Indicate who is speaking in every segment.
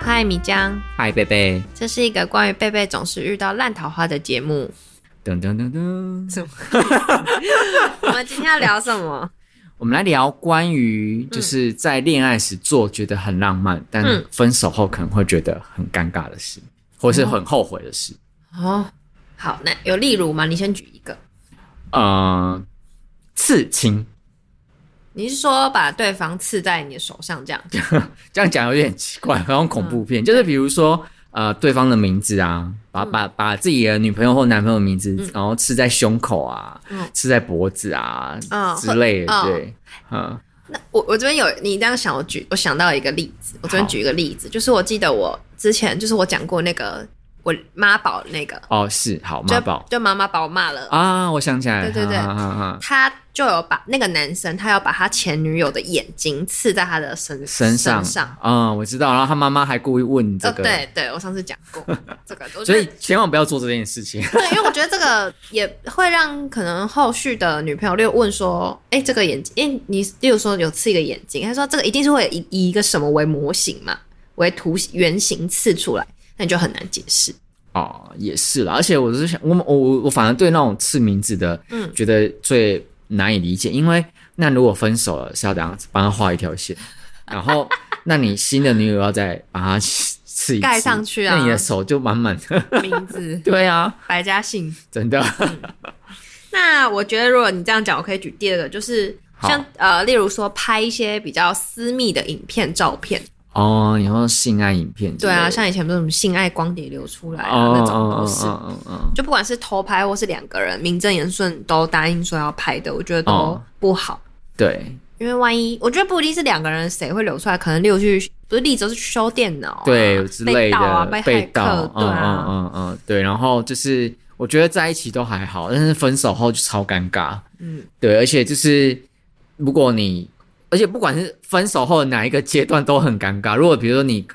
Speaker 1: 嗨，米江，
Speaker 2: 嗨，贝贝，
Speaker 1: 这是一个关于贝贝总是遇到烂桃花的节 目。
Speaker 2: 噔噔噔噔，
Speaker 1: 什么？我们今天要聊什么？
Speaker 2: 我们来聊关
Speaker 1: 嗯
Speaker 2: 于就是在恋爱时做觉得很浪漫，但分手后可能会觉得很尴尬的事，或是很后悔的事。
Speaker 1: 哦，好，那有例如吗？你先举一个。
Speaker 2: 呃，刺青，
Speaker 1: 你是说把对方刺在你的手上这样？
Speaker 2: 这样讲有点奇怪，好像恐
Speaker 1: 嗯
Speaker 2: 怖片。就是比如说，呃，对方的名字啊，
Speaker 1: 嗯
Speaker 2: 把把把自己的女朋友或男朋友名字，然后刺在胸口啊
Speaker 1: 嗯，
Speaker 2: 刺在脖子啊
Speaker 1: 嗯
Speaker 2: 之类的，
Speaker 1: 会
Speaker 2: 对，嗯，
Speaker 1: 那我我这边有你这样想，我举我想到一个例子，我这边
Speaker 2: 好
Speaker 1: 举一个例子，就是我记得我之前就是我讲过那个我妈宝那个，
Speaker 2: 哦，是好
Speaker 1: 就
Speaker 2: 妈宝
Speaker 1: 就妈妈把我骂了。
Speaker 2: 啊，我想起来了，
Speaker 1: 对对对
Speaker 2: 哈哈哈哈
Speaker 1: 他就有把那个男生，他要把他前女友的眼睛刺在他的身
Speaker 2: 身上，
Speaker 1: 身上。
Speaker 2: 嗯，我知道。然后他妈妈还故意问这
Speaker 1: 哦，
Speaker 2: 个，，
Speaker 1: 对对，我上次讲 过这个，我觉
Speaker 2: 所
Speaker 1: 得
Speaker 2: 以千万不要做这件事情。
Speaker 1: 对，因为我觉得这个也会让可能后续的女朋友就问说，哎、这个眼睛，因为你例如说有刺一个眼睛，他说这个一定是会以以一个什么为模型嘛，为图形原型刺出来，那你就很难解 释。
Speaker 2: 哦，也是啦。而且我是想，我我我我反而对那种刺名字的，
Speaker 1: 嗯
Speaker 2: 觉得最难以理解，因为那如果分手了是要怎样帮他画一条 线，然后那你新的女友要再把它刺一次
Speaker 1: 盖上去啊
Speaker 2: 那你的手就满满的。
Speaker 1: 名字
Speaker 2: 对啊，
Speaker 1: 白嘉信。
Speaker 2: 真的。
Speaker 1: 那我觉得如果你这样讲，我可以举第二个，就是
Speaker 2: 好
Speaker 1: 像呃，例如说拍一些比较私密的影片、照片，
Speaker 2: 哦，你说性爱影片之
Speaker 1: 对
Speaker 2: 类的？
Speaker 1: 啊，像以前不是什么性爱光碟流出来啊、
Speaker 2: 哦
Speaker 1: 那种都是。
Speaker 2: 哦哦哦哦
Speaker 1: 就不管是偷拍或是两个人名正言顺都答应说要拍的，我觉得都
Speaker 2: 哦
Speaker 1: 不好，
Speaker 2: 对
Speaker 1: 因为万一我觉得不一定是两个人谁会流出来，可能例如去不是例子是去修电脑、啊、
Speaker 2: 对之类
Speaker 1: 被盗
Speaker 2: 的
Speaker 1: 啊，被骇客
Speaker 2: 盗，
Speaker 1: 对啊，
Speaker 2: 嗯嗯嗯嗯，对。然后就是我觉得在一起都还好，但是分手后就超尴尬，
Speaker 1: 嗯，
Speaker 2: 对。而且就是如果你，而且不管是分手后的哪一个阶段都很尴尬。如果比如说你。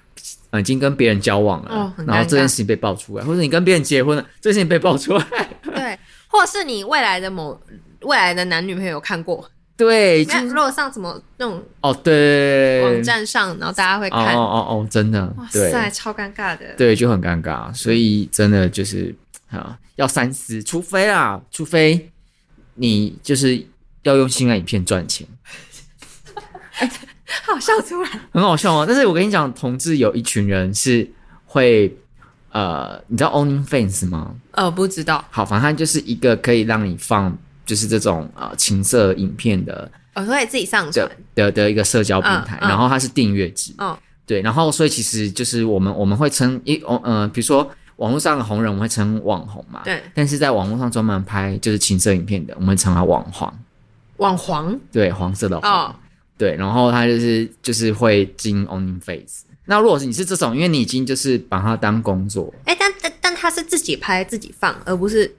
Speaker 2: 呃已经跟别人交往了，
Speaker 1: 哦很尴尬
Speaker 2: 然后这件事情被爆出来，或者你跟别人结婚了，这件事情被爆出来，
Speaker 1: 对，或者是你未来的某未来的男女朋友有看过，
Speaker 2: 对，已
Speaker 1: 那
Speaker 2: 经
Speaker 1: 如果上什么那种
Speaker 2: 哦，对，
Speaker 1: 网站上，然后大家会
Speaker 2: 哦
Speaker 1: 看，
Speaker 2: 哦哦哦，真的，
Speaker 1: 哇
Speaker 2: 对
Speaker 1: 塞，超尴尬的，
Speaker 2: 对，就很尴尬，所以真的就是啊，要三思，除非啊，除非你就是要用性爱影片赚钱，
Speaker 1: 好笑出来，
Speaker 2: 很好笑啊。但是我跟你讲，同志有一群人是会呃，你知道 OnlyFans 吗？
Speaker 1: 呃，不知道，
Speaker 2: 好，反正它就是一个可以让你放就是这种呃情色影片的
Speaker 1: 我哦可以自己上传
Speaker 2: 的，的的一个社交平台，
Speaker 1: 嗯嗯
Speaker 2: 然后它是订阅制，
Speaker 1: 嗯
Speaker 2: 对，然后所以其实就是我们我们会称一哦呃，比如说网络上的红人，我们会称网红嘛，
Speaker 1: 对
Speaker 2: 但是在网络上专门拍就是情色影片的，我们称它网黄，
Speaker 1: 网黄
Speaker 2: 对，黄色的黄，
Speaker 1: 哦，
Speaker 2: 对，然后它就是就是会经 OnlyFans。那如果是你是这种，因为你已经就是把它当工作，
Speaker 1: 哎、但但但他是自己拍自己放，而不是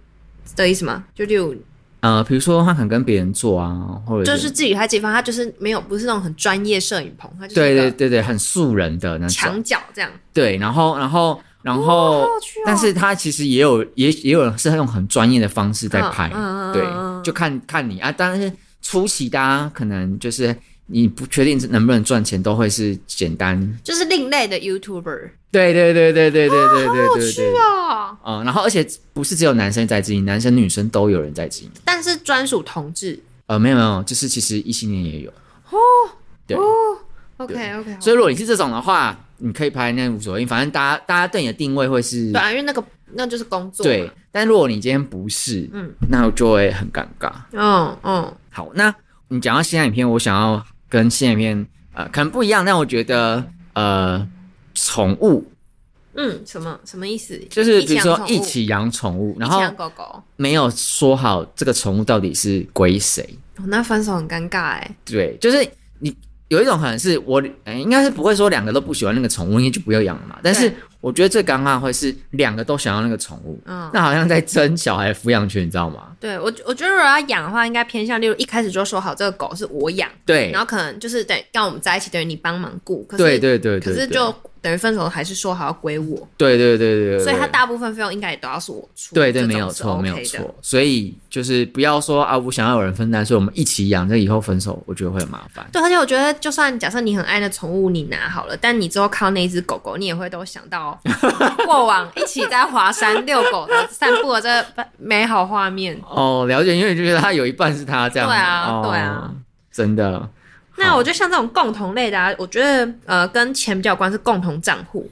Speaker 1: 的意思吗？就例如，
Speaker 2: 呃，比如说他可能跟别人做啊，或者
Speaker 1: 就是自己拍自己放，他就是没有不是那种很专业摄影棚，他就是
Speaker 2: 对
Speaker 1: 一
Speaker 2: 对
Speaker 1: 个
Speaker 2: 对对，很素人的那种，
Speaker 1: 墙角这样。
Speaker 2: 对，然后然后然
Speaker 1: 好
Speaker 2: 后，
Speaker 1: 有趣哦
Speaker 2: 但是他其实也有也也有人是用很专业的方式在拍，
Speaker 1: 嗯嗯嗯嗯嗯
Speaker 2: 对，就看看你啊。但是初期大家可能就是你不确定能不能赚钱，都会是简单。
Speaker 1: 就是另类的 YouTuber，
Speaker 2: 对对对对对对对对
Speaker 1: 好有
Speaker 2: 对
Speaker 1: 趣
Speaker 2: 对。
Speaker 1: 哦！
Speaker 2: 嗯，然后而且不是只有男生在经营，男生女生都有人在经营。
Speaker 1: 但是专属同志
Speaker 2: 呃，没有没有，就是其实异性恋也有。对
Speaker 1: 哦，OK
Speaker 2: 对
Speaker 1: OK，
Speaker 2: 所
Speaker 1: 以
Speaker 2: 以如果你是这种的话，你可以拍那无所谓，反正大家大家对你的定位会是
Speaker 1: 对啊，因为那个那就是工作嘛，
Speaker 2: 对，但如果你今天不是，
Speaker 1: 嗯
Speaker 2: 嗯，那就会很尴尬。
Speaker 1: 嗯嗯，
Speaker 2: 好，那你讲到性爱影片，我想要跟性爱影片呃可能不一样，但我觉得呃宠物
Speaker 1: 嗯，什么什么意思？
Speaker 2: 就是比如说
Speaker 1: 养宠
Speaker 2: 一
Speaker 1: 物
Speaker 2: 起养宠物，然
Speaker 1: 一起
Speaker 2: 后
Speaker 1: 养狗狗，哦，
Speaker 2: 没有说好这个宠物到底是归谁，
Speaker 1: 那分手很尴尬哎，
Speaker 2: 对，就是你有一种可能是我、呃应该是不会说两个都不喜欢那个宠物，因为就不要养了嘛。但是
Speaker 1: 对
Speaker 2: 我觉得最尴尬的会是两个都想要那个宠物，
Speaker 1: 嗯，
Speaker 2: 那好像在争小孩抚养权，你知道吗？
Speaker 1: 对我我觉得如果要养的话，应该偏向例如一开始就说好这个狗是我养。
Speaker 2: 对
Speaker 1: 然，后可能就是等让我们在一起，等于你帮忙顾，可是
Speaker 2: 对对对对，
Speaker 1: 可是
Speaker 2: 对
Speaker 1: 就等于分手还是说好要归我，
Speaker 2: 对对对对对，
Speaker 1: 所以他
Speaker 2: 对
Speaker 1: 大部分费用应该也都要是我出。
Speaker 2: 对
Speaker 1: 这
Speaker 2: 对
Speaker 1: 种
Speaker 2: 没有
Speaker 1: 是
Speaker 2: 错、没有
Speaker 1: OK 的。
Speaker 2: 错，所以就是不要说啊，我想要有人分担，所以我们一起养，这以后分手我觉得会很麻烦。
Speaker 1: 对，而且我觉得，就算假设你很爱的宠物你拿好了，但你之后看到那一只狗狗，你也会都想到 过往一起在华山遛狗的散步的这美好画面。
Speaker 2: 哦，了解，因为你就觉得他有一半是他这样，
Speaker 1: 对啊
Speaker 2: 哦
Speaker 1: 对啊，
Speaker 2: 真的。
Speaker 1: 那
Speaker 2: 好
Speaker 1: 我觉得像这种共同类的、啊，我觉得呃跟钱比较有关是共同账户。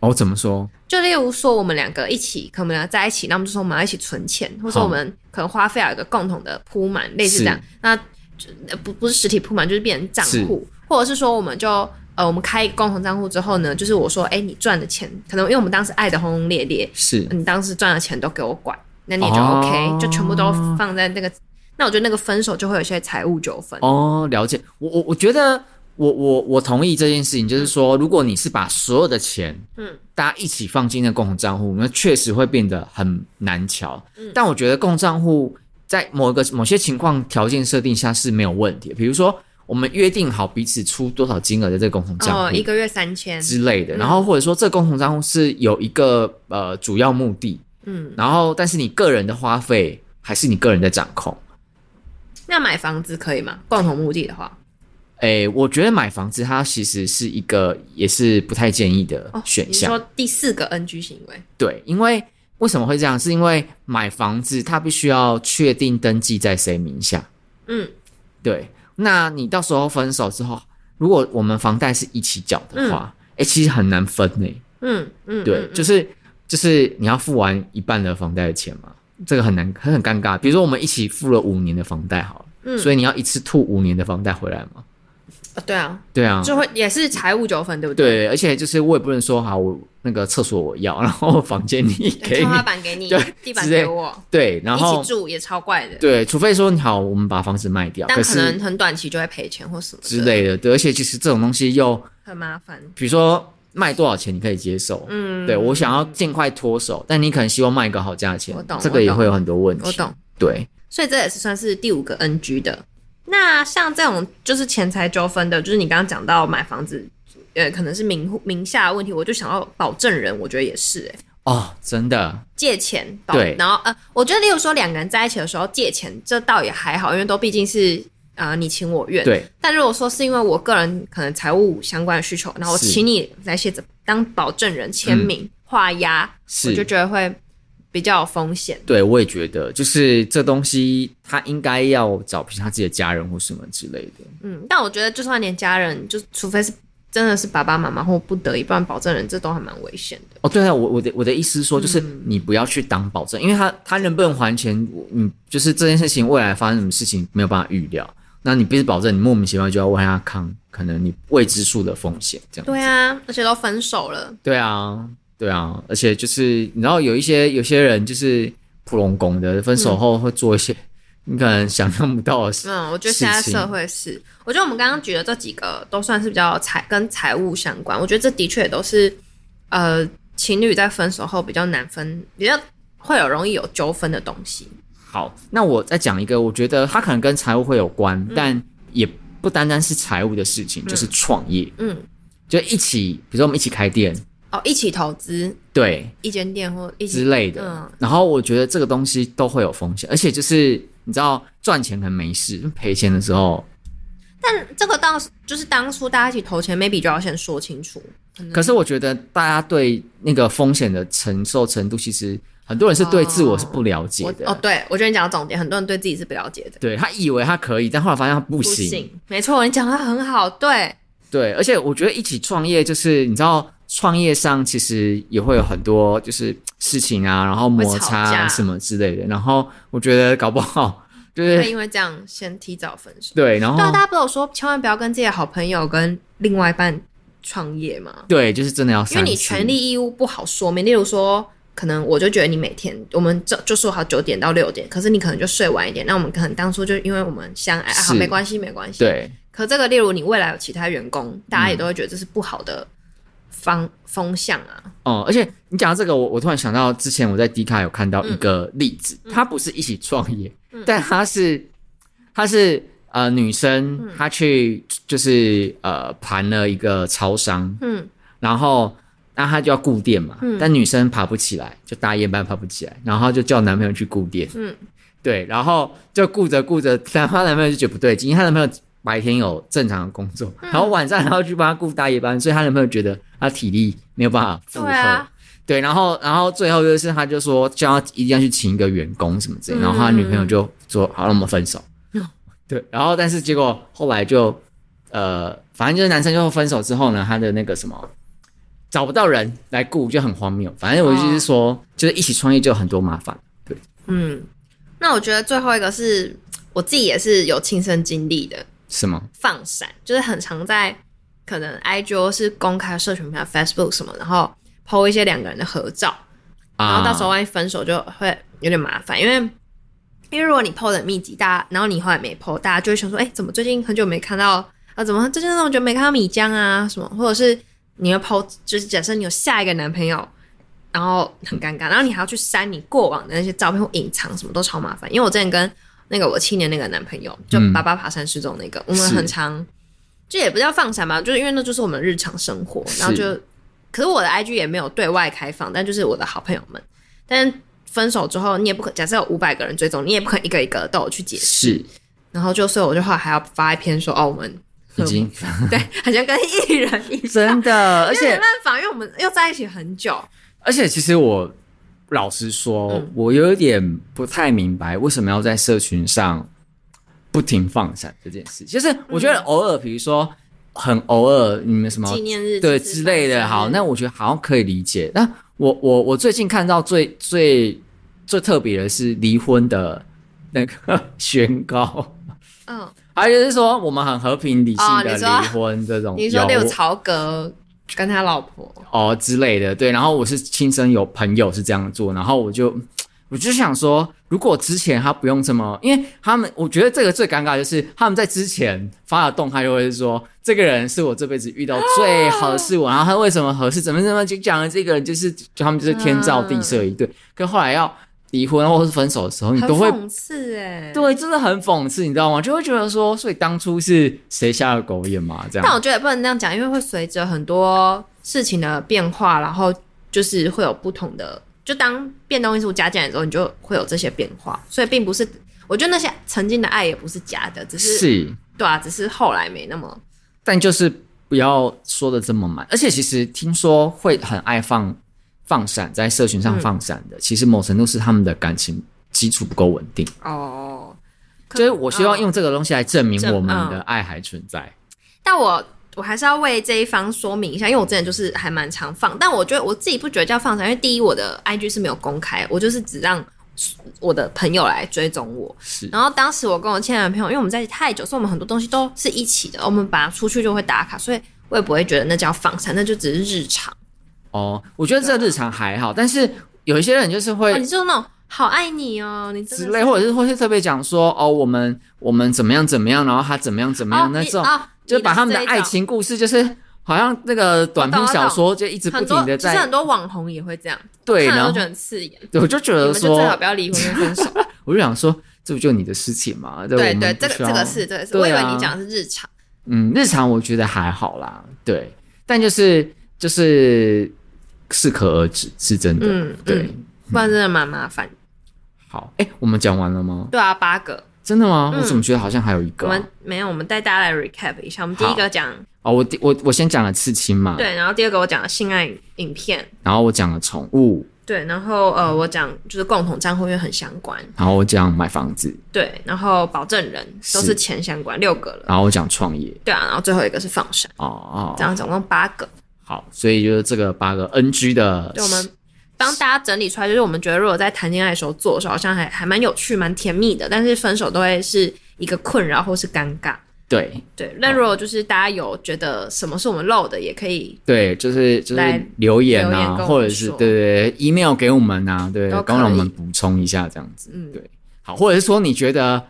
Speaker 2: 哦，怎么说？
Speaker 1: 就例如说，我们两个一起，可能在一起，那我们就说我们要一起存钱，或者说
Speaker 2: 好
Speaker 1: 我们可能花费要有一个共同的铺满，类似这样
Speaker 2: 是。
Speaker 1: 那就呃不不是实体铺满，就是变成账
Speaker 2: 是
Speaker 1: 户，或者是说我们就呃我们开一个共同账户之后呢，就是我说，哎、你赚的钱，可能因为我们当时爱的轰轰烈烈，
Speaker 2: 是
Speaker 1: 你当时赚的钱都给我管，那你也就
Speaker 2: 哦
Speaker 1: OK，、就全部都放在那个。那我觉得那个分手就会有一些财务纠纷。
Speaker 2: 哦，了解。我我我觉得我我我同意这件事情，就是说，如果你是把所有的钱，
Speaker 1: 嗯
Speaker 2: 嗯，大家一起放进那个共同账户，那确实会变得很难瞧。
Speaker 1: 嗯
Speaker 2: 但我觉得共同账户在某一个某些情况条件设定下是没有问题的，比如说我们约定好彼此出多少金额的这个共同账户、
Speaker 1: 哦，一个月嗯三千，
Speaker 2: 之类的，然后或者说这共同账户是有一个呃主要目的，
Speaker 1: 嗯，
Speaker 2: 然后但是你个人的花费还是你个人在掌控。
Speaker 1: 那买房子可以吗？共同目的的话，
Speaker 2: 诶，我觉得买房子它其实是一个也是不太建议的
Speaker 1: 哦，
Speaker 2: 选
Speaker 1: 你
Speaker 2: 项，
Speaker 1: 说第四个 NG 行为，
Speaker 2: 对，因为为什么会这样？是因为买房子它必须要确定登记在谁名下，
Speaker 1: 嗯，
Speaker 2: 对，那你到时候分手之后，如果我们房贷是一起缴的话，诶，其实很难分诶、
Speaker 1: 嗯嗯，
Speaker 2: 对，
Speaker 1: 嗯
Speaker 2: 就是就是你要付完一半的房贷的钱嘛，这个很难很很尴尬。比如说我们一起付了五年的房贷好了，
Speaker 1: 嗯
Speaker 2: 所以你要一次吐五年的房贷回来嘛？
Speaker 1: 呃对啊，
Speaker 2: 对啊，
Speaker 1: 就会也是财务纠纷，对不？
Speaker 2: 对，而且就是我也不能说好，我那个厕所我要，然后房 间你给
Speaker 1: 天
Speaker 2: 你，
Speaker 1: 花板给你
Speaker 2: 对，
Speaker 1: 地板
Speaker 2: 之类
Speaker 1: 给我，
Speaker 2: 对，然
Speaker 1: 一
Speaker 2: 后
Speaker 1: 起住也超怪的，
Speaker 2: 对，除非说你好，我们把房子卖掉，
Speaker 1: 但
Speaker 2: 可
Speaker 1: 可能
Speaker 2: 是
Speaker 1: 很短期就会赔钱或什么的
Speaker 2: 之，类的，对，而且其实这种东西又
Speaker 1: 很麻烦。
Speaker 2: 比如说卖多少钱你可以接受，
Speaker 1: 嗯，
Speaker 2: 对我想要尽快脱手，但你可能希望卖一个好价钱
Speaker 1: 我懂，
Speaker 2: 这
Speaker 1: 我
Speaker 2: 个也
Speaker 1: 懂
Speaker 2: 会有很多问题，
Speaker 1: 我懂，
Speaker 2: 对。
Speaker 1: 所以这也是算是第五个 NG 的。那像这种就是钱财纠纷的，就是你刚刚讲到买房子，呃，可能是名户名下的问题，我就想要保证人，我觉得也是、欸，
Speaker 2: 哦，真的，
Speaker 1: 借钱保，
Speaker 2: 对
Speaker 1: 然后呃，我觉得例如说两个人在一起的时候借钱，这倒也还好，因为都毕竟是呃你情我愿。
Speaker 2: 对，
Speaker 1: 但如果说是因为我个人可能财务相关的需求，然后我
Speaker 2: 是，
Speaker 1: 请你来写当保证人签名、画押，我就是觉得会比较有风险。
Speaker 2: 对，我也觉得，就是这东西，他应该要找，比如他自己的家人或什么之类的。
Speaker 1: 嗯，但我觉得就算连家人，就除非是真的是爸爸妈妈或不得已，不然保证人这都还蛮危险的。
Speaker 2: 哦，对啊，我我的我的意思是说，就是
Speaker 1: 嗯
Speaker 2: 你不要去当保证，因为他他能不能还钱，我你就是这件事情未来发生什么事情没有办法预料，那你必须保证你莫名其妙就要为他扛可能你未知数的风险，这样。
Speaker 1: 对啊，而且都分手了，
Speaker 2: 对啊，对啊，而且就是你知道有一些有些人就是普龙拱的，分手后会做一些、 你可能想象不到的事。
Speaker 1: 嗯，我觉得现在
Speaker 2: 事情
Speaker 1: 社会是，我觉得我们刚刚举的这几个都算是比较财跟财务相关，我觉得这的确也都是呃情侣在分手后比较难分，比较会有容易有纠纷的东西。
Speaker 2: 好，那我再讲一个，我觉得它可能跟财务会有关，
Speaker 1: 嗯
Speaker 2: 但也不单单是财务的事情，就是创业，
Speaker 1: 嗯，
Speaker 2: 就一起，比如说我们一起开店，
Speaker 1: 哦，一起投资
Speaker 2: 对
Speaker 1: 一间店或一起，
Speaker 2: 之类的。
Speaker 1: 嗯
Speaker 2: 然后我觉得这个东西都会有风险，而且就是你知道赚钱可能没事，赔钱的时候，
Speaker 1: 但这个当就是当初大家一起投钱，maybe 就要先说清楚。
Speaker 2: 可是我觉得大家对那个风险的承受程度，其实很多人是对自我是不了解
Speaker 1: 我
Speaker 2: 的。
Speaker 1: 哦，对，我觉得你讲到重点，很多人对自己是不了解的，
Speaker 2: 对他以为他可以，但后来发现他不行。
Speaker 1: 行，没错，你讲的很好，对，
Speaker 2: 对，而且我觉得一起创业，就是你知道，创业上其实也会有很多就是事情啊，然后摩擦
Speaker 1: 会吵架
Speaker 2: 啊什么之类的。然后我觉得搞不好就是
Speaker 1: 会因为这样先提早分手。
Speaker 2: 对，哦然
Speaker 1: 对啊，
Speaker 2: 后
Speaker 1: 大家不是有说千万不要跟自己的好朋友跟另外一半创业吗？
Speaker 2: 对，就是真的要
Speaker 1: 因为
Speaker 2: 三
Speaker 1: 你
Speaker 2: 思
Speaker 1: 权利义务不好说明。例如说，可能我就觉得你每天我们就就说好九点到六点，可是你可能就睡晚一点。那我们可能当初就因为我们相爱，啊好
Speaker 2: 是
Speaker 1: 没关系没关系。。
Speaker 2: 对
Speaker 1: 可这个，例如你未来有其他员工，大家也都会觉得这是不好的方、风向啊。
Speaker 2: 哦、而且你讲到这个，我我突然想到之前我在迪卡有看
Speaker 1: 嗯
Speaker 2: 到一个例子，他不是一起创业，但他是他是呃
Speaker 1: 嗯
Speaker 2: 女生，她去就是呃盘了一个超商，
Speaker 1: 嗯
Speaker 2: 然后那她就要顾店嘛，
Speaker 1: 嗯
Speaker 2: 但女生爬不起来，就大夜班爬不起来，然后她就叫男朋友去顾店，
Speaker 1: 嗯，
Speaker 2: 对，然后就顾着顾着，但她男朋友就觉得不对劲，因为她男朋友白天有正常的工作，
Speaker 1: 嗯
Speaker 2: 然后晚上还要去帮她顾大夜班，所以她男朋友觉得她体力没有办法负荷，
Speaker 1: 对啊
Speaker 2: 对，然后然后最后就是她就说叫她一定要去请一个员工什么之类，然后她女朋
Speaker 1: 嗯
Speaker 2: 友就说好，那我们分手。 对，然后但是结果后来就呃，反正就是男生就分手之后呢，他的那个什么找不到人来雇就很荒谬。反正我就是说，
Speaker 1: 哦
Speaker 2: 就是一起创业就有很多麻烦。对，
Speaker 1: 嗯，那我觉得最后一个是我自己也是有亲身经历的
Speaker 2: 是吗？
Speaker 1: 放闪，就是很常在可能 IG 或是公开社群平台 Facebook 什么，然后 PO 一些两个人的合照，然后到时候
Speaker 2: 啊、
Speaker 1: 万一分手就会有点麻烦，因为因为如果你 PO 的很密集，大家然后你后来没 PO，大家就会想说，哎、怎么最近很久没看到啊？怎么最近那么久没看到米江啊？什么？或者是你会 PO，就是假设你有下一个男朋友，然后很尴尬，然后你还要去删你过往的那些照片或隐藏，什么都超麻烦。因为我之前跟那个我七年那个男朋友，就
Speaker 2: 嗯
Speaker 1: 爸爸爬山失踪那个，我们
Speaker 2: 是
Speaker 1: 很常。这也不叫放闪吧，就是因为那就是我们日常生活，然后
Speaker 2: 是
Speaker 1: 就，可是我的 IG 也没有对外开放，但就是我的好朋友们，但分手之后你也不可，假设有五百个人追踪，你也不可能一个一个都有去解释，
Speaker 2: 是
Speaker 1: 然后就所以我就后来还要发一篇说哦我们
Speaker 2: 已 经
Speaker 1: 对，好像跟艺人一样，
Speaker 2: 真 的，而
Speaker 1: 因为
Speaker 2: 且
Speaker 1: 没办法，因为我们又在一起很久，
Speaker 2: 而且，其实我老实说，
Speaker 1: 嗯
Speaker 2: 我有点不太明白为什么要在社群上不停放闪这件事。就是我觉得偶尔，比如说很偶尔，你们什么
Speaker 1: 纪念日
Speaker 2: 对之类的，好，那我觉得好像可以理解。那我我我最近看到最最最特别的是离婚的那个宣告，
Speaker 1: 嗯，
Speaker 2: 还有就是说我们很和平理性
Speaker 1: 哦
Speaker 2: 的
Speaker 1: 你说
Speaker 2: 离婚这种有，
Speaker 1: 你说例如曹格跟他老婆，
Speaker 2: 哦之类的，对。然后我是亲身有朋友是这样做，然后我就我就想说，如果之前他不用这么，因为他们我觉得这个最尴尬的就是他们在之前发的动态就会是说，这个人是我这辈子遇到最合适我，然后他为什么合适，怎么怎么就讲了这个人就是就他们就是天造地设一对，可后来要离婚或是分手的时候，你
Speaker 1: 很
Speaker 2: 都会。
Speaker 1: 讽刺哎、
Speaker 2: 对，真的很讽刺，你知道吗？就会觉得说，所以当初是谁下了狗眼嘛？这样。
Speaker 1: 但我觉得也不能那样讲，因为会随着很多事情的变化，然后就是会有不同的，就当变动因素加进来之后，你就会有这些变化。所以并不是，我觉得那些曾经的爱也不是假的，只是
Speaker 2: 是
Speaker 1: 对啊，只是后来没那么
Speaker 2: 但就是不要说的这么满。而且其实听说会很爱放放闪，在社群上放闪
Speaker 1: 嗯
Speaker 2: 的，其实某程度是他们的感情基础不够稳定。
Speaker 1: 哦。可
Speaker 2: 所以我希望用这个东西来证明
Speaker 1: 证
Speaker 2: 我们
Speaker 1: 嗯
Speaker 2: 的爱还存在。
Speaker 1: 但我我还是要为这一方说明一下，因为我之前就是还蛮常放，但我觉得我自己不觉得叫放闪，因为第一我的 IG 是没有公开，我就是只让我的朋友来追踪我，
Speaker 2: 是
Speaker 1: 然后当时我跟我现在的朋友，因为我们在一起太久，所以我们很多东西都是一起的，我们把它出去就会打卡，所以我也不会觉得那叫放闪，那就只是日常。
Speaker 2: 哦，我觉得这日常还好，但是有一些人就是会
Speaker 1: 哦、你就是那种好爱你哦，你真的
Speaker 2: 之
Speaker 1: 是
Speaker 2: 类，或者是会是特别讲说哦，我们我们怎么样怎么样，然后他怎么样怎么
Speaker 1: 哦
Speaker 2: 样、那
Speaker 1: 你
Speaker 2: 种，
Speaker 1: 哦
Speaker 2: 就是把他们的
Speaker 1: 你是这一
Speaker 2: 爱
Speaker 1: 种
Speaker 2: 情故事就是。好像那个短篇
Speaker 1: 我懂我
Speaker 2: 小
Speaker 1: 懂
Speaker 2: 说就一直不
Speaker 1: 很多
Speaker 2: 停，的
Speaker 1: 其实
Speaker 2: 在
Speaker 1: 很多网红也会这样，
Speaker 2: 对，
Speaker 1: 看
Speaker 2: 然
Speaker 1: 了都
Speaker 2: 后
Speaker 1: 觉得很刺眼。
Speaker 2: 对我就觉
Speaker 1: 你
Speaker 2: 得
Speaker 1: 们就
Speaker 2: 说
Speaker 1: 最好不要离婚跟分手。
Speaker 2: 我就想说，这不就你的事情嘛？对
Speaker 1: 对
Speaker 2: 我们
Speaker 1: 对，
Speaker 2: 不
Speaker 1: 这个
Speaker 2: 需要
Speaker 1: 这个是这个是，
Speaker 2: 对啊
Speaker 1: 我以为你讲的是日常。
Speaker 2: 嗯，日常我觉得还好啦，对，但就是就是适可而止，是真的。
Speaker 1: 嗯
Speaker 2: 对，
Speaker 1: 不然真的蛮麻烦。
Speaker 2: 好，哎、我们讲完了吗？
Speaker 1: 对啊，八个，
Speaker 2: 真的吗？
Speaker 1: 嗯
Speaker 2: 我怎么觉得好像还有一
Speaker 1: 我
Speaker 2: 个啊、
Speaker 1: 们没有，我们带大家来 recap 一下。我们第一个讲
Speaker 2: 哦，我第我我先讲了刺青嘛，
Speaker 1: 对，然后第二个我讲性爱影片，
Speaker 2: 然后我讲了宠物，
Speaker 1: 对，然后
Speaker 2: 嗯
Speaker 1: 呃，我讲就是共同账户，因为很相关，
Speaker 2: 然后我讲买房子，
Speaker 1: 对，然后保证人
Speaker 2: 是
Speaker 1: 都是钱相关，六个了，
Speaker 2: 然后我讲创业。
Speaker 1: 对啊，然后最后一个是放闪，
Speaker 2: 哦哦
Speaker 1: 这，样总共八个，
Speaker 2: 好，所以就是这个八个 NG 的，
Speaker 1: 对，我们帮大家整理出来，就是我们觉得如果在谈恋爱的时候做的时候，好像还还蛮有趣、蛮甜蜜的，但是分手都会是一个困扰或是尴尬，
Speaker 2: 对
Speaker 1: 对。那如果就是大家有觉得什么是我们漏的，也可以
Speaker 2: 对，就是就
Speaker 1: 来
Speaker 2: 是留言
Speaker 1: 留言
Speaker 2: 啊，
Speaker 1: 跟我们
Speaker 2: 或者是
Speaker 1: 说
Speaker 2: 对对对，email 给我们啊，对，
Speaker 1: 都可以
Speaker 2: 跟我们补充一下这样子，
Speaker 1: 嗯
Speaker 2: 对，好，或者是说你觉得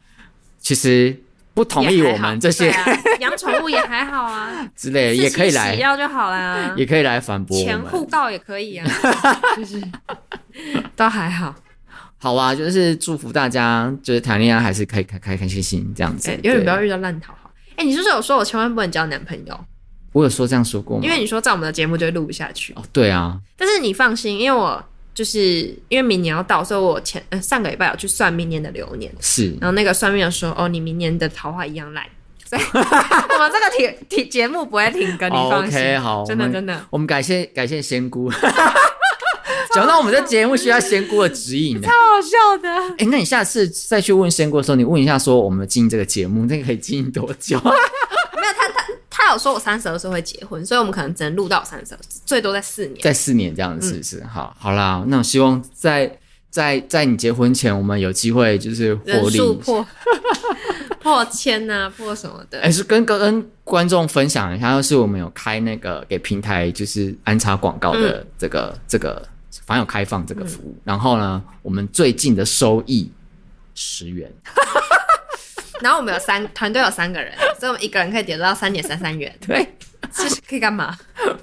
Speaker 2: 其实不同意
Speaker 1: 也还
Speaker 2: 我
Speaker 1: 好
Speaker 2: 们这
Speaker 1: 对
Speaker 2: 些
Speaker 1: 啊养宠、物也还好啊，
Speaker 2: 之类的，也可
Speaker 1: 自己
Speaker 2: 以
Speaker 1: 洗
Speaker 2: 来，
Speaker 1: 药就好啦，
Speaker 2: 也可以来反驳我
Speaker 1: 前互
Speaker 2: 们。
Speaker 1: 告也可 以啊，就是都还好，
Speaker 2: 好啊，就是祝福大家，就是谈恋爱还是开开开开心心这样子
Speaker 1: 哎，，永远
Speaker 2: 对
Speaker 1: 不要遇到烂桃花。哎、你是不是有说我千万不能交男朋友？
Speaker 2: 我有说这样说过吗？
Speaker 1: 因为你说在我们的节目就会录不下去。
Speaker 2: 哦，对啊，
Speaker 1: 但是你放心，因为我就是因为明年要到，所以我前、呃、上个礼拜有去算明年的流年，
Speaker 2: 是
Speaker 1: 然后那个算命的说：“哦，你明年的桃花一样烂。”所 以我们这个停停节目不会停更，你
Speaker 2: 哦
Speaker 1: 放心。
Speaker 2: OK，好，
Speaker 1: 真的
Speaker 2: 我们
Speaker 1: 真的。
Speaker 2: 我们感谢感谢仙姑。 讲到我们这节目需要仙姑的指引
Speaker 1: 超
Speaker 2: 呢。
Speaker 1: 好笑 的。
Speaker 2: 哎、那你下次再去问仙姑的时候，你问一下说我们经营这个节目，那个可以经营多 久？
Speaker 1: 没有他他他有说我三十二岁会结婚，所以我们可能只能录到三十二，最多在四年。
Speaker 2: 在四年这样子是不
Speaker 1: 嗯
Speaker 2: 是？好，好啦，那我希望在在在你结婚前，我们有机会就是
Speaker 1: 人
Speaker 2: 获利。
Speaker 1: 数破 破千呐、破什么的。
Speaker 2: 哎、是跟跟跟观众分享一下，就是我们有开那个给平台就是安插广告
Speaker 1: 嗯
Speaker 2: 的这个、这个，反正有开放这个服务。然后呢，我们最近的收益 十元，
Speaker 1: 然后我们有三团队有三个人，所以我们一个人可以叠到三点三三 元，
Speaker 2: 对，
Speaker 1: 这是可以干嘛？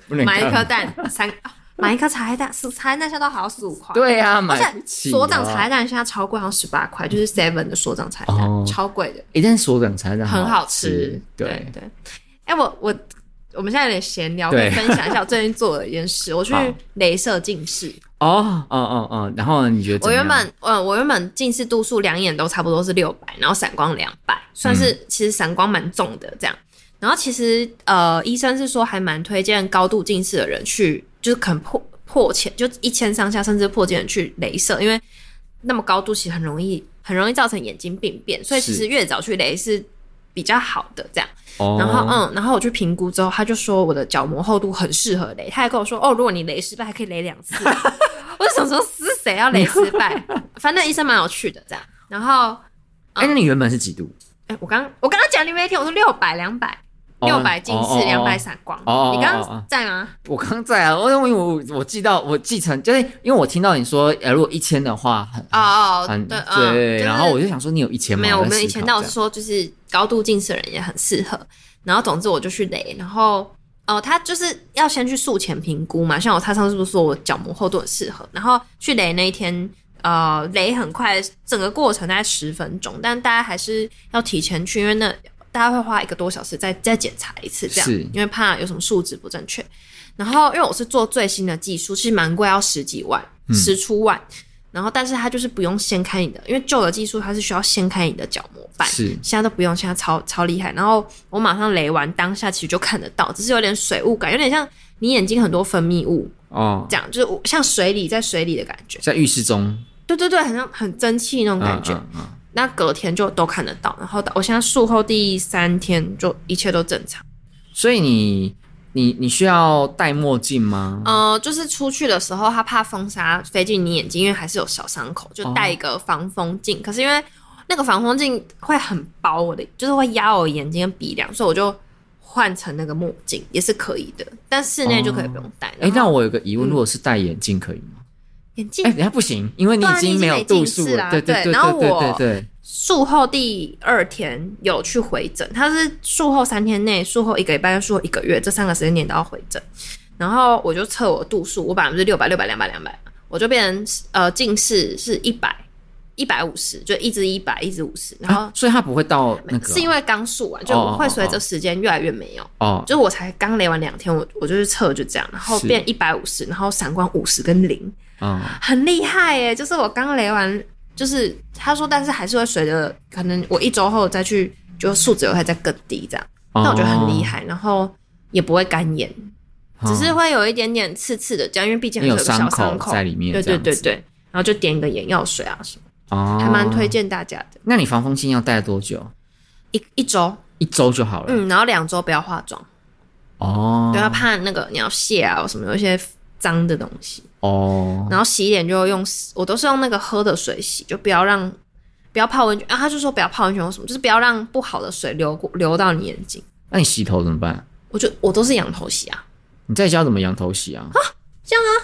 Speaker 2: 不能
Speaker 1: 买一
Speaker 2: 干
Speaker 1: 颗蛋三，哦买一颗茶叶蛋，是茶叶蛋现在都好像十五块。
Speaker 2: 对呀、啊，
Speaker 1: 而
Speaker 2: 买不
Speaker 1: 且
Speaker 2: 起、啊。
Speaker 1: 所长茶叶蛋现在超贵，好像十八块，就是 Seven 的所长茶叶蛋，
Speaker 2: 哦
Speaker 1: 超贵的，
Speaker 2: 诶但是所长茶叶蛋
Speaker 1: 很
Speaker 2: 好
Speaker 1: 好吃。
Speaker 2: 对，
Speaker 1: 对，哎、我我我们现在有点闲聊，可
Speaker 2: 对
Speaker 1: 以分享一下我最近做的一件事。我去
Speaker 2: 好
Speaker 1: 镭射近视，
Speaker 2: 哦哦哦哦，然后呢？你觉得怎
Speaker 1: 我
Speaker 2: 么
Speaker 1: 原
Speaker 2: 样？
Speaker 1: 本嗯，我原本近视度数两眼都差不多是六百，然后散光两百，算是、
Speaker 2: 嗯
Speaker 1: 其实散光蛮重的这样。然后其实呃，医生是说还蛮推荐高度近视的人去，就是肯破破千，就一千上下，甚至破千去镭射，因为那么高度其实很容易很容易造成眼睛病变，所以其
Speaker 2: 是
Speaker 1: 实越早去镭是比较好的这样。
Speaker 2: 哦，
Speaker 1: 然后嗯，然后我去评估之后，他就说我的角膜厚度很适合雷，他还跟我说哦，如果你雷失败，还可以雷两 次。我就想说是谁要雷失败？反正医生蛮有趣的这样。然后
Speaker 2: 哎、那你原本是几度？
Speaker 1: 哎，我刚我刚刚讲你没听，我说六百两百。
Speaker 2: 哦
Speaker 1: 六百近
Speaker 2: 哦哦
Speaker 1: 视，两百
Speaker 2: 哦
Speaker 1: 散光。
Speaker 2: 哦哦
Speaker 1: 你刚
Speaker 2: 哦哦
Speaker 1: 刚在吗？
Speaker 2: 我刚在啊，我因为我我记到我记成，就是因为我听到你说，呃，如果一千的话，很
Speaker 1: 哦哦，
Speaker 2: 很
Speaker 1: 对，嗯
Speaker 2: 对，
Speaker 1: 就是
Speaker 2: 然后我就想说你有一千吗？
Speaker 1: 没有，我
Speaker 2: 在
Speaker 1: 没有以
Speaker 2: 思
Speaker 1: 前，
Speaker 2: 考
Speaker 1: 但我
Speaker 2: 这
Speaker 1: 是
Speaker 2: 样
Speaker 1: 说就是高度近视的人也很适合。然后总之我就去雷，然后哦、呃他就是要先去术前评估嘛，像我他上次不是说我角膜厚度很适合，然后去雷那一天。呃，雷很快，整个过程大概十分钟，但大家还是要提前去，因为那大家会花一个多小时再再检查一次，这样
Speaker 2: 是，
Speaker 1: 因为怕有什么数值不正确。然后因为我是做最新的技术，其实蛮贵，要十几万、
Speaker 2: 嗯
Speaker 1: 十出万。然后，但是它就是不用掀开你的，因为旧的技术它是需要掀开你的角膜板，
Speaker 2: 是
Speaker 1: 现在都不用，现在超超厉害。然后我马上雷完，当下其实就看得到，只是有点水雾感，有点像你眼睛很多分泌物，
Speaker 2: 哦，
Speaker 1: 这样就是像水里在水里的感觉。
Speaker 2: 在浴室中
Speaker 1: 对对对，很像很蒸汽那种感觉。
Speaker 2: 嗯嗯嗯
Speaker 1: 那隔天就都看得到，然后到我现在术后第三天就一切都正常。
Speaker 2: 所以你你你需要戴墨镜吗？
Speaker 1: 呃，就是出去的时候，他怕风沙飞进你眼睛，因为还是有小伤口，
Speaker 2: 哦
Speaker 1: 就戴一个防风镜。可是因为那个防风镜会很薄，我的就是会压我眼睛跟鼻梁，所以我就换成那个墨镜也是可以的，但室内就可以不用戴。
Speaker 2: 哎、
Speaker 1: 然后
Speaker 2: 那我有个疑问，
Speaker 1: 嗯
Speaker 2: 如果是戴眼镜可以吗？
Speaker 1: 眼镜
Speaker 2: 哎、等一下不行，因为你
Speaker 1: 对啊你
Speaker 2: 已
Speaker 1: 已经
Speaker 2: 经没有
Speaker 1: 没近
Speaker 2: 度数
Speaker 1: 视
Speaker 2: 了，
Speaker 1: 啦
Speaker 2: 对对
Speaker 1: 对
Speaker 2: 对
Speaker 1: 然后
Speaker 2: 对对
Speaker 1: 我
Speaker 2: 对，
Speaker 1: 术后第二天有去回诊，他是术后三天内、术后一个礼拜、术后一个月这三个时间点都要回诊。然后我就测我度数，我本来不是六百、六百、两百、两百，我就变成呃近视是一百、一百五十，就一直一百、一直五十。然后、
Speaker 2: 啊，所以它不会到那个哦、
Speaker 1: 是因为刚术完，就
Speaker 2: 哦哦哦
Speaker 1: 会随着时间越来越没有。
Speaker 2: 哦，
Speaker 1: 就是我才刚雷完两天，我我就去测就这样，然后
Speaker 2: 是
Speaker 1: 变一百五十，然后散光五十跟零，
Speaker 2: 嗯，
Speaker 1: 很厉害耶！就是我刚雷完，就是他说，但是还是会随着可能我一周后再去，就数值会再更低这样。那我觉得很厉害，然后也不会干眼，
Speaker 2: 哦，
Speaker 1: 只是
Speaker 2: 哦
Speaker 1: 会有一点点刺刺的这样，因为毕竟还是
Speaker 2: 因
Speaker 1: 有
Speaker 2: 为
Speaker 1: 个
Speaker 2: 有
Speaker 1: 小
Speaker 2: 伤口
Speaker 1: 伤
Speaker 2: 在里面
Speaker 1: 对对
Speaker 2: 这
Speaker 1: 对
Speaker 2: 样子
Speaker 1: 对，然后就点一个眼药水啊什么，
Speaker 2: 哦
Speaker 1: 还蛮推。荐大家的。
Speaker 2: 那你防风镜要戴多久？
Speaker 1: 一一周，
Speaker 2: 一周就好了。
Speaker 1: 嗯，然后两周不要化妆，
Speaker 2: 哦，
Speaker 1: 对，要啊怕那个你要卸啊什么有一些脏的东西。
Speaker 2: 哦，
Speaker 1: 然后洗脸就用，我都是用那个喝的水洗，就不要让不要泡温泉啊。他就说不要泡温泉或什么，就是不要让不好的水流过流到你眼睛。
Speaker 2: 那你洗头怎么办？
Speaker 1: 我就我都是仰头洗啊，
Speaker 2: 你在家怎么仰头洗啊？啊，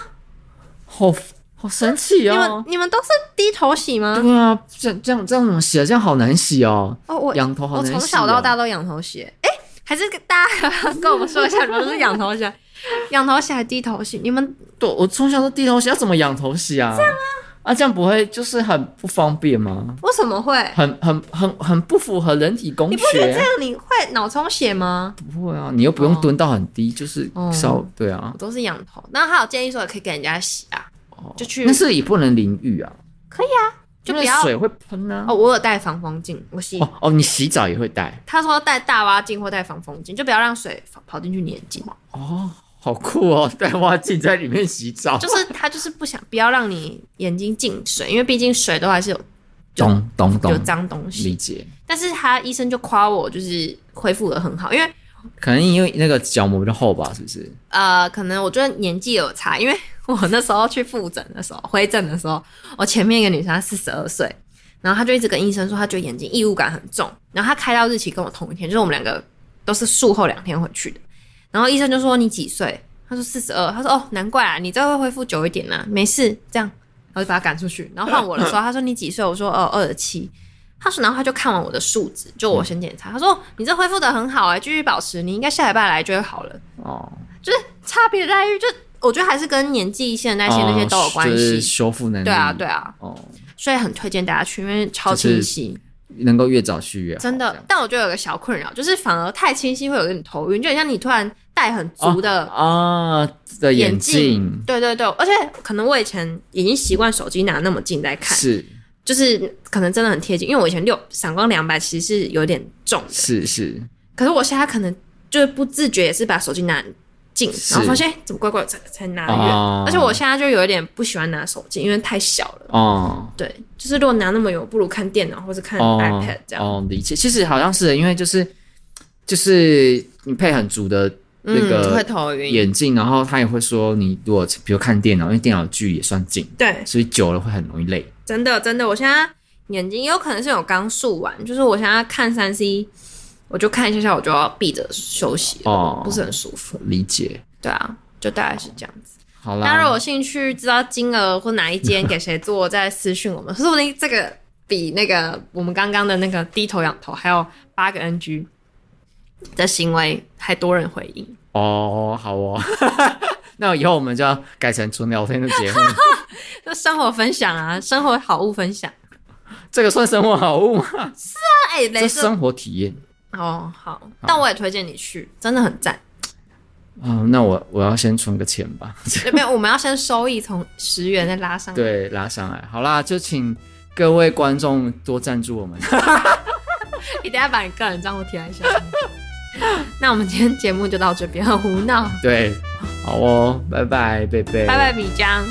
Speaker 2: 这样啊，好好神奇
Speaker 1: 你
Speaker 2: 哦
Speaker 1: 们。你们都是低头洗吗？
Speaker 2: 对啊，这样这样这样怎么洗啊？这样好难洗哦。
Speaker 1: 哦，我
Speaker 2: 仰头好
Speaker 1: 我
Speaker 2: 难洗、哦。
Speaker 1: 从小到大都仰头洗、哎、还是跟大家 跟我们说一下，你们都是仰头洗，啊仰头洗还低头洗？你们
Speaker 2: 对，我从小都低头洗，要怎么仰头洗啊？这样啊？啊，这样不会就是很不方便吗？
Speaker 1: 为什么会？
Speaker 2: 很很很很不符合人体工
Speaker 1: 你不觉得
Speaker 2: 学
Speaker 1: 这
Speaker 2: 啊、
Speaker 1: 样你会脑充血吗？
Speaker 2: 不会啊，你又不用
Speaker 1: 哦
Speaker 2: 蹲到很低，就是
Speaker 1: 哦
Speaker 2: 稍对啊
Speaker 1: 我，都是仰头。那还有建议说也可以给人家洗啊，就去
Speaker 2: 但哦是也不能淋浴啊，
Speaker 1: 可以啊，就不
Speaker 2: 因为
Speaker 1: 要
Speaker 2: 水会喷啊
Speaker 1: 哦。。我有带防风镜，我洗。
Speaker 2: 哦哦，你洗澡也会带
Speaker 1: 他说带大蛙镜或带防风镜，就不要让水跑进去你眼睛。
Speaker 2: 哦，好酷哦， 带蛙镜在里面洗澡，
Speaker 1: 就是他就是不想不要让你眼睛进水，因为毕竟水都还是有
Speaker 2: 懂懂懂
Speaker 1: 有，脏东
Speaker 2: 理
Speaker 1: 西。
Speaker 2: 解。
Speaker 1: 但是他医生就夸我就是恢复的很好，因为
Speaker 2: 可能因为那个角膜比较厚吧，是不是？
Speaker 1: 呃，可能我觉得年纪有差，因为我那时候去复诊的时候，回诊的时候，我前面一个女生她四十二岁，然后她就一直跟医生说，她觉得眼睛异物感很重，然后她开到日期跟我同一天，就是我们两个都是术后两天回去的，然后医生就说你几岁？她说四十二，她说哦，难怪啊，你这会恢复久一点啦、没事，这样，然后就把她赶出去，然后换我的时候，她说你几岁？我说哦，二十七。他说，然哦后他就看完我的数值，欸就我先检查。他说：“哦你这恢复的很好哎、继续保持，你应该下礼拜来就会好了。”
Speaker 2: 哦，
Speaker 1: 就是差别待遇，就我觉得还是跟年纪、现代性那些都有关
Speaker 2: 哦就是
Speaker 1: 系。
Speaker 2: 修复能力。
Speaker 1: 对啊，对啊，
Speaker 2: 哦，
Speaker 1: 所以很推荐大家去，因为超
Speaker 2: 就
Speaker 1: 清
Speaker 2: 是
Speaker 1: 晰，
Speaker 2: 能够越早续越好。
Speaker 1: 真
Speaker 2: 这
Speaker 1: 的
Speaker 2: 样。
Speaker 1: 但我觉得有个小困扰，就是反而太清晰会有点头晕，就很像你突然戴很足的
Speaker 2: 啊的哦眼
Speaker 1: 镜。
Speaker 2: 镜
Speaker 1: 对对对，而且可能我以前已经习惯手机拿那么近在看，
Speaker 2: 是
Speaker 1: 就是可能真的很贴近，因为我以前六闪光两百其实是有点重的，
Speaker 2: 是是，
Speaker 1: 可是我现在可能就是不自觉也是把手机拿近，
Speaker 2: 是
Speaker 1: 然后发现哎怎么怪怪的才才拿远，
Speaker 2: 哦
Speaker 1: 而且我现在就有一点不喜欢拿手机，因为太小了。
Speaker 2: 哦
Speaker 1: 对，就是如果拿那么远，我不如看电脑或者看
Speaker 2: 哦
Speaker 1: iPad 这样。
Speaker 2: 哦，理解。其实好像是因为就是就是你配很足的那
Speaker 1: 嗯，会
Speaker 2: 个
Speaker 1: 头晕。
Speaker 2: 眼镜，然后他也会说你如果比如看电脑，因为电脑距离也算近，
Speaker 1: 对，
Speaker 2: 所以久了会很容易累。
Speaker 1: 真的真的，我现在眼睛有可能是有刚漱完，就是我现在看三 C，我就看一下下，我就要闭着休息了，
Speaker 2: 哦
Speaker 1: 不是很舒服。
Speaker 2: 理解。
Speaker 1: 对啊，就大概是这样子。
Speaker 2: 好
Speaker 1: 大家如
Speaker 2: 啦，
Speaker 1: 果有兴趣知道金额或哪一间给谁做，再私讯我们。说不定这个比那个我们刚刚的那个低头仰头还有八个 NG 的行为还多人回应。
Speaker 2: 哦，好哦， 那以后我们就要改成纯聊天的 节目。
Speaker 1: 那生活分享啊，生活好物分享。
Speaker 2: 这个算生活好物吗？
Speaker 1: 那哎，雷
Speaker 2: 这
Speaker 1: 射
Speaker 2: 生活体验。
Speaker 1: 哦好，但我也推荐你去，真的很 赞。
Speaker 2: 嗯，那我我要先存个钱吧。
Speaker 1: 没有，我们要先收益从十元再拉上。，
Speaker 2: 对，拉上来。好啦，就请各位观众多赞助我们。
Speaker 1: 你等一下把你个人账户贴在下面。 那我们今天节目就到这边，很胡闹。
Speaker 2: 对，好哦，拜拜，贝贝，
Speaker 1: 拜拜，米江。